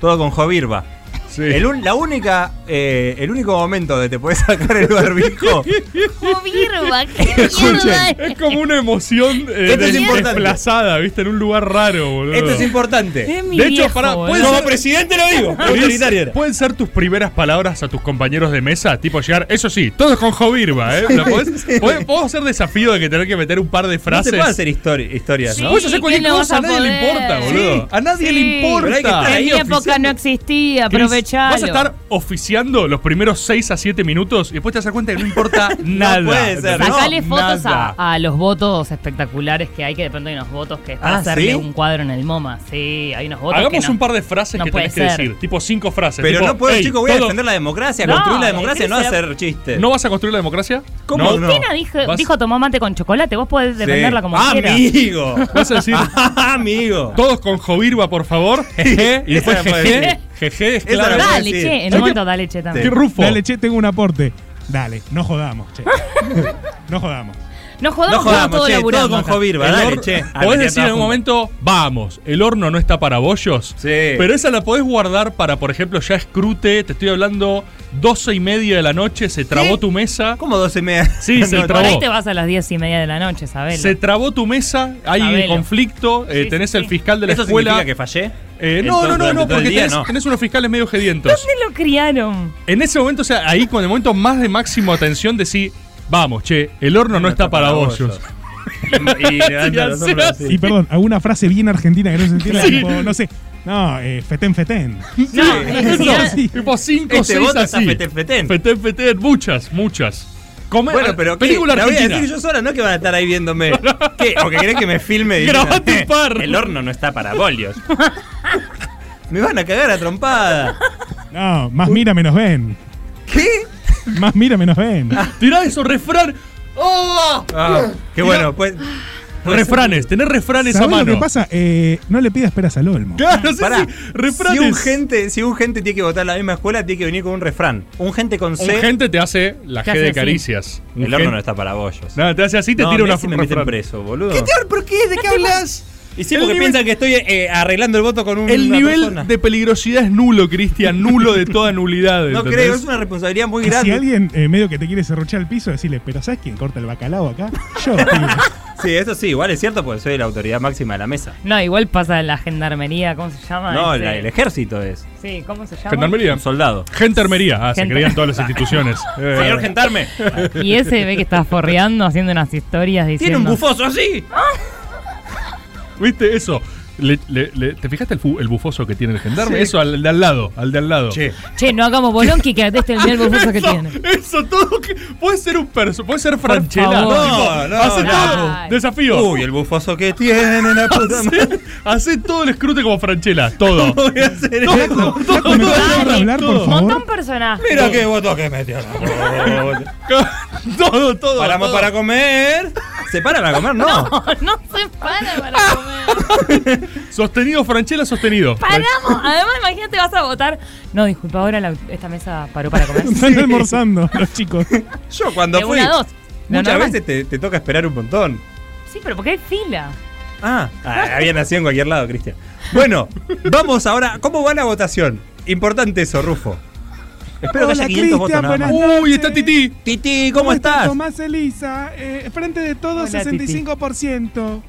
S7: Todo con jovirba.
S1: Sí.
S7: El, un- la única, eh, el único momento de te podés sacar el
S1: *laughs*
S7: barbijo
S3: Jubirba, Oh, qué
S7: Escuchen.
S3: mierda eh. es.
S1: Es como una emoción eh,
S7: Esto Este es
S1: de-
S7: importante.
S1: desplazada, ¿viste? En un lugar raro, boludo.
S7: Esto es importante.
S8: Es mi
S1: De hecho,
S8: viejo,
S1: pará,
S8: boludo.
S1: ¿puedes
S7: Como presidente lo
S8: *laughs*
S7: digo.
S1: Luis,
S7: Autoritario era.
S1: ¿Pueden ser tus primeras palabras a tus compañeros de mesa? Tipo llegar, eso sí, todos con Jovirba, ¿eh? ¿La podés, podés- podés hacer desafío de que tener que meter un par de
S7: No se
S1: frases?
S7: puede hacer histori- historias,
S8: Sí,
S7: ¿no?
S1: Puedes hacer
S8: ¿quién
S1: cualquier
S8: lo
S1: cosa, a
S8: vas
S1: nadie le
S8: poder?
S1: importa, boludo.
S7: Sí.
S1: A nadie le
S8: Sí.
S1: importa.
S7: Pero hay que estar
S8: En
S7: ahí
S8: mi época
S7: oficiando.
S8: no existía,
S1: Chris,
S8: aprovechalo.
S1: Vas a estar oficiando los primeros 6 a 7 minutos y después te vas a dar cuenta que no
S8: *laughs*
S1: importa nada.
S7: puede ser, ¿no?
S8: Sacale fotos
S1: nada.
S8: a, a los votos espectaculares que hay, que de pronto hay unos votos que es para
S7: Ah,
S8: hacerle
S7: ¿sí?
S8: un cuadro en el MoMA. Sí, hay unos votos
S1: Hagamos
S8: que no.
S1: un par de frases
S8: no
S1: que
S8: puede
S1: tenés que
S8: ser.
S1: decir, tipo cinco frases.
S7: Pero
S1: tipo,
S7: no puedo,
S1: "Ey,
S7: chicos, voy a
S1: todo-
S7: defender la democracia,
S8: No,
S7: construir la democracia, no
S8: tiene que
S7: hacer chistes.
S1: ¿No vas a construir la democracia?
S7: ¿Cómo
S1: no?
S7: no?
S8: Cristina dijo,
S1: Vas-
S8: dijo tomó mate con chocolate, vos podés
S7: Sí. Ah,
S8: defenderla como quieras.
S1: *laughs*
S7: Amigo. Ah,
S1: Vas a decir,
S7: Amigo.
S1: todos con Jovirba, por
S7: *laughs*
S1: favor. Jeje, y después
S7: Esa la puedo
S1: jeje,
S7: decir.
S1: jeje, es
S7: Esa la
S1: claro.
S7: puedo
S8: Dale,
S7: decir.
S8: che, en un momento dale, che también.
S1: Qué rufo.
S5: Dale, che, tengo un aporte. Dale, no jodamos,
S1: *laughs*
S5: che. No jodamos.
S8: No
S7: No
S8: jodamos,
S7: jodamos,
S8: todo
S7: che,
S8: laburando
S7: todo con
S8: acá.
S7: Jovirba,
S1: El
S7: dale,
S1: hor-
S7: che.
S1: Podés decir en un momento, vamos, el horno no está para bollos.
S7: Sí.
S1: Pero esa la podés guardar para, por ejemplo, ya escrute. Te estoy hablando, 12 y media de la noche, se trabó
S7: ¿Sí?
S1: tu mesa.
S7: ¿Cómo 12 media?
S1: Sí, se
S7: No,
S8: Por ahí
S1: trabó.
S8: te vas a las diez y media de la noche, ¿sabes?
S1: Se trabó tu mesa, hay
S8: Sabelo.
S1: conflicto, eh,
S8: Sí,
S1: tenés
S8: sí,
S1: el
S8: sí.
S1: fiscal de la
S7: ¿Eso
S1: escuela.
S7: significa que fallé?
S1: Eh, no, no, no, no,
S7: Entonces, durante todo el
S1: porque
S7: día,
S1: tenés,
S7: no.
S1: tenés unos fiscales medio gedientos.
S8: ¿Dónde lo criaron?
S1: En ese momento, o sea, ahí con el momento más de máximo atención, decís, vamos, che, el horno no, está, para bollos.
S7: *laughs* y levanta los hombros así.
S5: Y perdón, alguna frase bien argentina que no se entienda, tipo, no sé. No, eh, fetén, fetén.
S8: No, es
S5: Sí.
S8: que-
S5: Sí.
S1: Tipo 5 o
S7: Este
S1: 6
S7: voto está
S1: así.
S7: fetén, fetén.
S1: Fetén, fetén, muchas, muchas. Come- ah,
S7: Bueno, pero ¿qué?
S1: película
S7: La voy a
S1: argentina.
S7: decir yo sola, *laughs* no que van a estar ahí viéndome. ¿Qué? ¿O que querés que me filme? y
S1: Grabate
S7: digan,
S1: un par.
S7: El horno no está para *laughs* bolios. me van a cagar a trompada.
S5: No, más mira, menos ven.
S7: ¿Qué?
S5: Más mira, menos ven.
S1: Tirá esos refranes. ¡Oh!
S7: Ah, qué bueno, pues.
S1: Refranes, tenés refranes a
S5: ¿Sabés
S1: mano.
S5: lo que pasa? Eh, no le pidas peras al olmo.
S1: Claro, *laughs* sí,
S7: Pará,
S1: sí, refranes.
S7: si un, gente, si un gente tiene que votar en la misma escuela, tiene que venir con un refrán. Un gente con
S1: Un
S7: C.
S1: gente te hace la
S8: Te
S1: G
S8: hace
S1: de
S8: así.
S1: caricias. Un
S7: el horno
S1: gen-
S7: no está para bollos.
S1: Nada, te hace así, te
S7: No,
S1: tira
S7: mirá
S1: una
S7: si me meten
S1: refrán.
S7: preso, boludo.
S1: ¿Por qué? ¿De qué hablas?
S7: Y sí, porque piensan que estoy eh, arreglando el voto con un.
S1: El
S7: una
S1: nivel
S7: persona.
S1: de peligrosidad es nulo, Cristian, nulo de toda nulidad.
S7: No
S1: ¿entendés?
S7: creo, es una responsabilidad muy
S5: Que si
S7: grande.
S5: alguien eh, medio que te quiere serruchar al piso, decirle, pero ¿sabes quién corta el
S1: *laughs*
S5: bacalao acá? Yo, tío.
S7: Sí, eso sí, igual es cierto porque soy la autoridad máxima de la mesa.
S8: No, igual pasa la gendarmería, ¿cómo se llama?
S7: No,
S8: Ese-
S7: la- el ejército es.
S8: Sí, ¿cómo se llama?
S1: Gendarmería.
S7: Un soldado.
S1: Gendarmería. Ah, se
S8: Gente-
S1: creían todas las instituciones. Eh,
S7: Señor Gentarme.
S8: Y ese ve que está forreando haciendo unas historias
S7: Tiene
S8: diciendo.
S7: un bufoso así.
S1: ¿Viste eso? Le- le- le- ¿Te fijaste el, fu- el bufoso que tiene el gendarme? Eso al de al lado, al de al lado.
S8: Che, no hagamos bolonqui que este es el
S7: *laughs*
S8: bufoso que tiene.
S1: Eso todo que. Puede ser un perso, puede ser Franchella.
S8: favor.
S7: No, no,
S1: hace
S7: no.
S1: todo. Desafío. *laughs*
S7: Uy, el bufoso que tiene la puta madre.
S1: Hace- Hace todo el escrute como Franchella. Todo.
S7: *laughs* ¿Cómo voy a hacer eso?
S5: ¿Me podés dejar
S8: Dale,
S5: hablar, por
S8: Un montón
S5: favor?
S8: personaje.
S7: Mira qué voto que metió. la-
S1: todo, todo.
S7: Paramos
S1: todo.
S7: para comer. ¿Se para para comer? No.
S8: *laughs* *laughs* No se para para comer.
S1: Sostenido, Franchella, sostenido.
S8: Paramos. Además, imagínate, vas a votar. No, disculpa, ahora la- esta mesa paró
S7: *laughs*
S8: para comer.
S5: Están almorzando los chicos.
S7: Yo cuando
S8: De
S7: fui.
S8: una a dos. Lo
S7: Muchas
S8: normal.
S7: veces te, te toca esperar un montón.
S8: Sí, pero porque hay fila.
S7: Ah, ah, había nacido en cualquier lado,
S8: *laughs*
S7: Cristian. Bueno, vamos ahora. ¿Cómo va la votación? Importante eso, Rufo. Espero que
S5: Hola,
S7: haya 500 votos
S5: Cristian,
S7: nada más. Uh,
S5: buenas
S1: Uy, está Titi.
S7: Titi, ¿cómo estás?
S5: Tomás Elisa, eh, frente de todos
S8: Hola,
S5: 65%.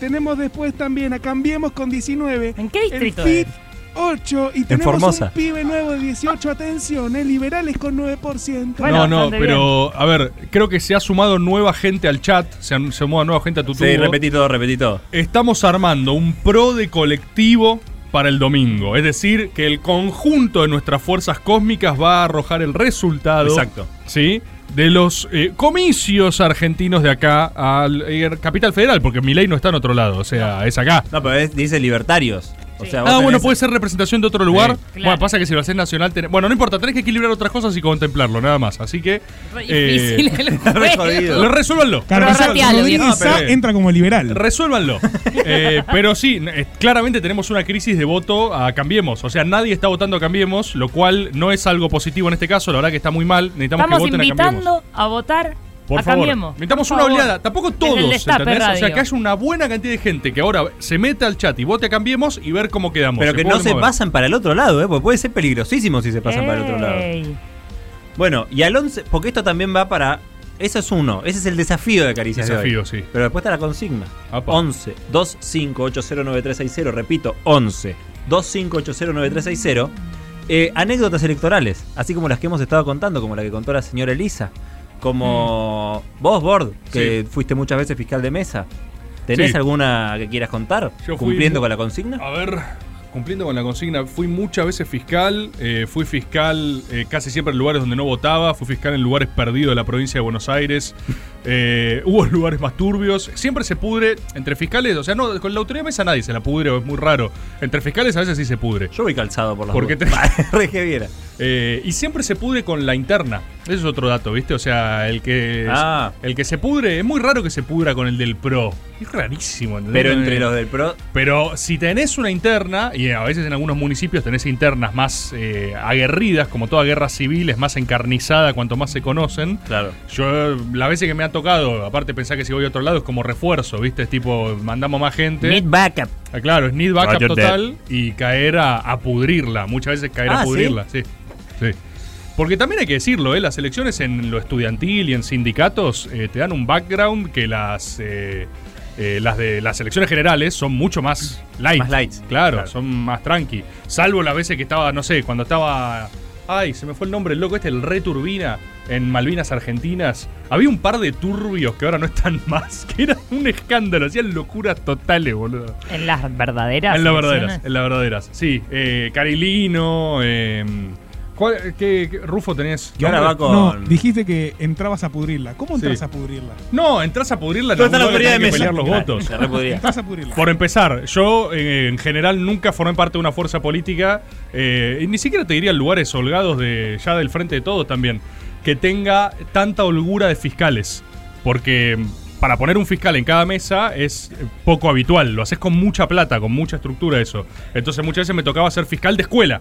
S5: Tenemos después también a Cambiemos con 19.
S8: ¿En qué
S5: El
S8: distrito
S5: FIT,
S8: es?
S5: 8 y tenemos
S7: Formosa.
S5: un pibe nuevo de 18, atención, eh, liberales con 9%.
S8: Bueno,
S1: no, no,
S8: bastante
S1: pero a ver, creo que se ha sumado nueva gente al chat, se ha sumado nueva gente a tu
S7: Sí,
S1: tubo.
S7: repetí todo, repetí todo.
S1: Estamos armando un pro de colectivo para el domingo, es decir, que el conjunto de nuestras fuerzas cósmicas va a arrojar el resultado.
S7: Exacto.
S1: ¿Sí? De los eh, comicios argentinos de acá al eh, Capital Federal, porque mi ley no está en otro lado, o sea, es acá.
S7: No, pero es- dice libertarios. O sea, vos
S1: Ah,
S7: tenés-
S1: bueno, puede ser representación de otro lugar.
S7: Sí.
S1: Bueno,
S8: Claro.
S1: pasa que si lo haces nacional, tenés- bueno, no importa, tenés que equilibrar otras cosas y contemplarlo, nada más. Así que.
S8: Re
S1: eh,
S8: difícil el
S7: re
S8: juego.
S1: *laughs*
S7: jodido.
S1: lo resuélvanlo.
S5: Claro,
S8: Pero
S5: pasa-
S8: ratealo,
S5: Rodríguez
S1: viejo.
S5: Sá
S1: No, Ah, pero-
S5: entra como liberal.
S1: Resuélvanlo. Eh, pero sí, n- eh, claramente tenemos una crisis de voto a Cambiemos. O sea, nadie está votando a Cambiemos, lo cual no es algo positivo en este caso. La verdad que está muy mal. Necesitamos
S8: Estamos
S1: que voten a Cambiemos.
S8: invitando a votar
S1: Por
S8: a
S1: favor,
S8: Cambiemos.
S1: necesitamos
S8: Por
S1: una
S8: favor.
S1: oleada. Tampoco
S8: Desde el
S1: todos,
S8: Destape
S1: ¿entendés? O sea,
S8: Radio.
S1: que haya una buena cantidad de gente que ahora se meta al chat y vote a Cambiemos y ver cómo quedamos.
S7: Pero que no
S1: pueden
S7: se
S1: mover.
S7: pasan para el otro lado, ¿eh? Porque puede ser peligrosísimo si se pasan para
S8: Eh,
S7: el otro lado.
S8: Ey.
S7: Bueno, y al 11, porque esto también va para. Eso es uno, ese es el desafío de Caricias. de hoy.
S1: Desafío, sí.
S7: Pero después está la consigna:
S1: Apa.
S7: 11 25809360. Repito, 11 25809360. Eh, anécdotas electorales, así como las que hemos estado contando, como la que contó la señora Elisa, como
S1: Mm.
S7: vos, Bord, que fuiste muchas veces fiscal de mesa. ¿Tenés
S1: Sí.
S7: alguna que quieras contar?
S1: Yo fui
S7: cumpliendo
S1: mu- Ah.
S7: con la consigna.
S1: A ver, cumpliendo con la consigna, fui muchas veces fiscal, eh, fui fiscal eh, casi siempre en lugares donde no votaba, fui fiscal en lugares perdidos de la provincia de Buenos
S7: *laughs*
S1: Aires, eh, hubo lugares más turbios, siempre se pudre entre fiscales, o sea, no, con la autoridad de mesa nadie se la pudre, o es muy raro, entre fiscales a veces sí se pudre.
S7: Yo voy calzado por las
S1: Porque
S7: dudas. *laughs* Re que viera.
S1: Eh, y siempre se pudre con la interna. Ese es otro dato, ¿viste? O sea, el que
S7: Ah.
S1: el que se pudre, es muy raro que se pudra con el del pro. Es rarísimo, ¿entendés?
S7: Pero entre
S1: Eh,
S7: los del pro.
S1: Pero si tenés una interna, y a veces en algunos municipios tenés internas más eh, aguerridas, como toda guerra civil, es más encarnizada cuanto más se conocen.
S7: Claro.
S1: Yo, las veces que me ha tocado, aparte pensar que si voy a otro lado es como refuerzo, ¿viste? Es tipo, mandamos más gente.
S7: Mid backup.
S1: Ah, claro, es need backup
S7: Roger
S1: total y caer a, a pudrirla. Muchas veces caer
S7: Ah,
S1: a
S7: ¿sí?
S1: pudrirla, ¿sí? sí. Porque también hay que decirlo, ¿eh? las elecciones en lo estudiantil y en sindicatos eh, te dan un background que las eh, eh, las de las elecciones generales son mucho más light.
S7: Más light,
S1: Claro,
S7: claro.
S1: son más tranqui. Salvo las veces que estaba, no sé, cuando estaba. Ay, se me fue el nombre, el loco este, el Re Turbina, en Malvinas Argentinas. Había un par de turbios que ahora no están *laughs* más, que eran un escándalo, hacían locuras totales, boludo.
S8: En las verdaderas.
S1: En las
S8: elecciones.
S1: verdaderas, en las verdaderas. Sí, eh, Carilino, eh, ¿cuál- qué, qué- Rufo tenés?
S7: Que ahora va
S1: nombre?
S7: con.
S5: No, dijiste que entrabas a pudrirla. ¿Cómo entras
S1: Sí.
S5: a pudrirla?
S1: No, entras a pudrirla, en
S7: ¿Dónde está la
S1: algún lugar
S7: autoridad de
S1: tenés que
S7: mesa?
S1: pelear los
S7: Claro,
S1: votos.
S7: se re podría.
S5: Entras a pudrirla.
S1: Por empezar, yo eh, en general nunca formé parte de una fuerza política, eh, y ni siquiera te diría lugares holgados de ya del frente de todos también, que tenga tanta holgura de fiscales. Porque mm, para poner un fiscal en cada mesa es eh, poco habitual, lo haces con mucha plata, con mucha estructura eso. Entonces muchas veces me tocaba ser fiscal de escuela.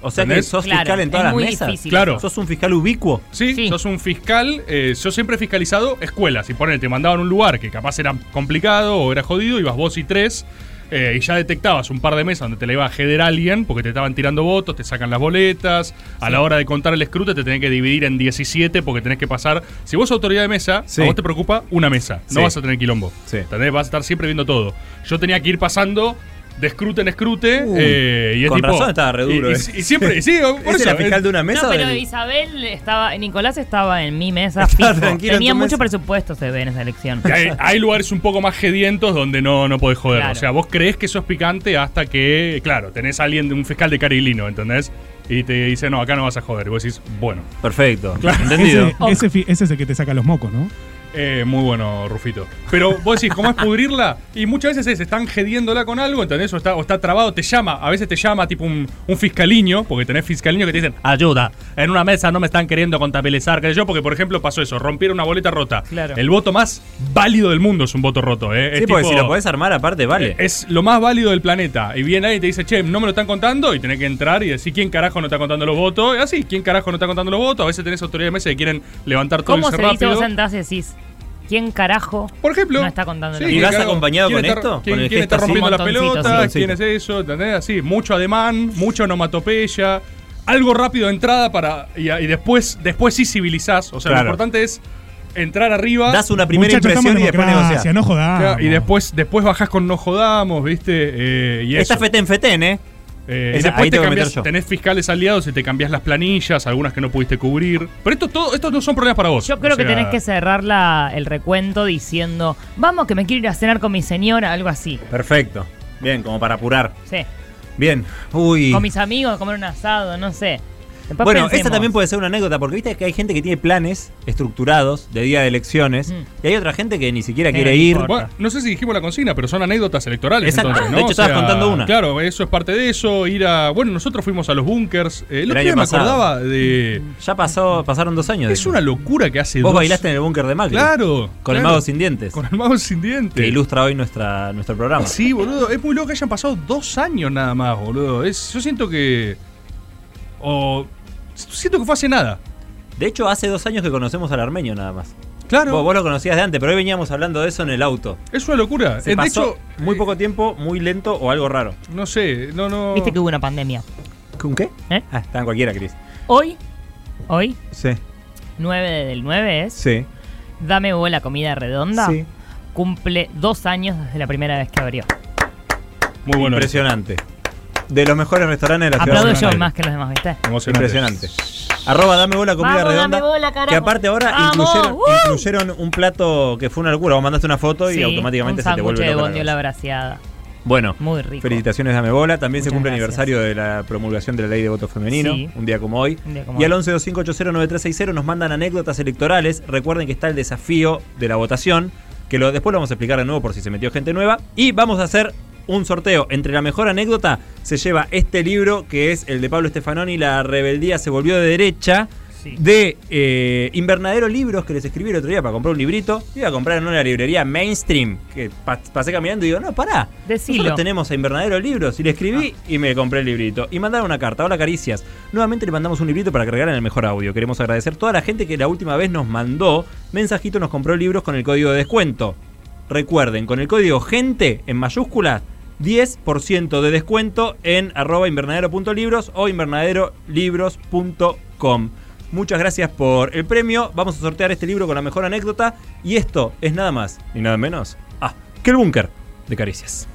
S7: O sea que
S1: ¿Entendés?
S7: sos
S8: Claro,
S7: fiscal en todas
S8: es
S7: las
S8: muy
S7: mesas.
S8: difícil
S1: Claro. eso.
S7: Sos un fiscal ubicuo.
S1: Sí,
S8: Sí.
S1: sos un fiscal, eh, yo siempre he fiscalizado escuelas y ponele, te mandaban a un lugar que capaz era complicado o era jodido, ibas vos y tres eh, y ya detectabas un par de mesas donde te la iba a jeder alguien porque te estaban tirando votos, te sacan las boletas, a la hora de contar el escrute te tenés que dividir en 17 porque tenés que pasar, si vos sos autoridad de mesa,
S7: Sí.
S1: a vos te preocupa una mesa, no
S7: Sí.
S1: vas a tener quilombo,
S7: Sí.
S1: ¿entendés? vas a estar siempre viendo todo. Yo tenía que ir pasando... De escrute en escrute.
S7: Uy,
S1: eh, y es
S7: con
S1: tipo-
S7: razón estaba re duro
S1: Y, y-
S7: ese.
S1: y siempre. y sí,
S7: *laughs*
S1: por
S7: ¿Ese
S1: eso, eh,
S7: era fiscal de una mesa?
S8: No,
S7: o
S8: pero
S7: del-
S8: Isabel estaba, Nicolás estaba en mi mesa.
S7: Estaba
S8: fijo.
S7: tranquilo en
S8: Tenía
S7: tu
S8: mucho
S7: mesa.
S8: presupuesto, se ve en esa elección.
S1: Y hay, hay lugares un poco más gedientos donde no, no podés joder.
S8: Claro.
S1: O sea, vos crees que sos picante hasta que, claro, tenés a alguien, de un fiscal de Carilino, ¿entendés? Y te dice, no, acá no vas a joder. Y vos decís, bueno.
S7: Perfecto. Entendido.
S5: Ese,
S8: Oh.
S5: ese fi- ese es el que te saca los mocos, ¿no?
S1: Eh, muy bueno, Rufito. Pero vos decís, ¿cómo es pudrirla? Y muchas veces es, están gediéndola con algo, ¿entendés? O está, o está trabado, te llama. A veces te llama tipo un, un fiscaliño, porque tenés fiscaliño que te dicen, ayuda, en una mesa no me están queriendo contabilizar, qué sé yo, porque por ejemplo pasó eso, rompieron una boleta rota.
S8: Claro.
S1: El voto más válido del mundo es un voto roto, ¿eh? Es
S7: Sí, porque
S1: tipo-
S7: si lo podés armar aparte, vale.
S1: Eh, Es lo más válido del planeta. Y viene alguien y te dice, che, no me lo están contando. Y tenés que entrar y decir, ¿quién carajo no está contando los votos? Y así, ¿quién carajo no está contando los votos? A veces tenés autoridad de mesa que quieren levantar todo
S8: ¿Cómo
S1: y
S8: se
S1: ser
S8: dice
S1: rápido.
S8: vos sentás y decís? ¿Quién carajo?
S1: Por ejemplo.
S8: No está contando los
S7: ¿Y
S1: ¿quién
S7: vas
S1: carajo-
S7: acompañado
S1: quién
S7: con
S1: está-
S7: esto?
S1: ¿Quién,
S7: ¿Con el
S1: quién
S7: gesto
S1: está
S7: así?
S1: rompiendo las
S8: Montoncito,
S1: pelotas?
S7: sí.
S1: ¿Quién es eso? ¿Entendés? Así, mucho ademán, mucho onomatopeya. algo rápido de entrada para. Y, y después, después sí civilizás. O sea,
S7: Claro.
S1: lo importante es entrar arriba.
S7: Das una primera
S5: Muchachos, estamos
S7: impresión
S5: en
S7: y después
S5: democracia,
S7: negociás.
S5: no jodamos.
S1: Claro, y después, después bajás con no jodamos, ¿viste? Eh, y
S7: Esta
S1: eso.
S7: fetén fetén, ¿eh?
S1: Eh, y
S7: esa-
S1: después
S7: ahí
S1: te
S7: tengo que
S1: cambiás-
S7: meter yo.
S1: tenés fiscales aliados y te cambias las planillas, algunas que no pudiste cubrir. Pero esto todo, estos no son problemas para vos.
S8: Yo creo
S1: O sea,
S8: que tenés que cerrar la- el recuento diciendo, vamos que me quiero ir a cenar con mi señora, algo así.
S7: Perfecto. Bien, como para apurar.
S8: Sí.
S7: Bien. Uy.
S8: Con mis amigos, comer un asado, no sé. Después
S7: Bueno,
S8: pensemos.
S7: esta también puede ser una anécdota, porque viste que hay gente que tiene planes estructurados de día de elecciones,
S8: Mm.
S7: y hay otra gente que ni siquiera
S8: Sí,
S7: quiere
S8: no
S7: ir.
S8: importa.
S1: Bueno, no sé si dijimos la consigna, pero son anécdotas electorales.
S7: Exacto.
S1: entonces, ¿no?
S7: De hecho, estabas contando una.
S1: Claro, eso es parte de eso. Ir a. Bueno, nosotros fuimos a los bunkers. Eh, el
S7: El
S1: otro
S7: año
S1: día me
S7: pasado.
S1: acordaba de.
S7: Ya pasó, pasaron dos años. de
S1: Es
S7: eso.
S1: una locura que hace
S7: Vos
S1: dos-
S7: bailaste en el búnker de Macri.
S1: Claro.
S7: Con el
S1: claro.
S7: mago sin dientes.
S1: Con el mago sin dientes.
S7: Que ilustra hoy nuestra, nuestro programa.
S1: Sí, boludo. Es muy loco que hayan pasado dos años nada más, boludo. Es, yo siento que. O. Siento que fue hace nada.
S7: De hecho, hace dos años que conocemos al armenio nada más.
S1: Claro.
S7: Vos, vos lo conocías de antes, pero hoy veníamos hablando de eso en el auto.
S1: Es una locura.
S7: Se
S1: Eh, de
S7: pasó
S1: hecho,
S7: muy poco tiempo, muy lento o algo raro.
S1: no sé, no, no.
S8: Viste que hubo una pandemia.
S7: ¿Con qué?
S8: ¿Eh?
S7: Ah, está en cualquiera, Cris.
S8: Hoy, hoy,
S7: Sí,
S8: 9 del 9 es,
S7: sí.
S8: dame bola comida redonda.
S7: Sí.
S8: Cumple dos años desde la primera vez que abrió.
S1: Muy bueno.
S7: Impresionante. De los mejores restaurantes de la ciudad.
S8: Aplaudo
S7: de
S8: yo
S7: Buenos Aires.
S8: más que los demás, ¿viste?
S1: Emocionante.
S7: Impresionante. Arroba dame bola comida
S8: Vamos, dame
S7: redonda.
S8: bola, carajo.
S7: que aparte ahora
S8: Vamos,
S7: incluyeron,
S8: uh.
S7: incluyeron un plato que fue una locura. Vos mandaste una foto
S8: Sí,
S7: y automáticamente
S8: un
S7: se te
S8: sándwich
S7: vuelve
S8: de
S7: loca la
S8: bondiola
S7: cabeza.
S8: braseada.
S7: Bueno,
S8: Muy rico.
S7: felicitaciones dame bola. También se
S8: Muchas
S7: cumple
S8: gracias.
S7: aniversario de la promulgación de la ley de voto femenino,
S8: Sí.
S7: un día como hoy.
S8: Un día como
S7: Y al
S8: hoy.
S7: 1125809360 nos mandan anécdotas electorales. Recuerden que está el desafío de la votación, que lo, después lo vamos a explicar de nuevo por si se metió gente nueva. Y vamos a hacer un sorteo. Entre la mejor anécdota se lleva este libro, que es el de Pablo Stefanoni, La rebeldía se volvió de derecha.
S8: Sí.
S7: De eh, Invernadero Libros, que les escribí el otro día para comprar un librito. Iba a comprar en una librería mainstream. Que pa- pasé caminando y digo, no, pará.
S8: Decilo.
S7: Nosotros tenemos a Invernadero Libros. Y le escribí y me compré el librito. Y mandaron una carta. Hola, Caricias. Nuevamente le mandamos un librito para que regalen el mejor audio. Queremos agradecer a toda la gente que la última vez nos mandó mensajito, nos compró libros con el código de descuento. Recuerden, con el código GENTE en mayúsculas, 10% de descuento en arroba invernadero.libros o invernaderolibros.com. Muchas gracias por el premio. Vamos a sortear este libro con la mejor anécdota. Y esto es nada más ni nada menos ah, que el búnker de caricias.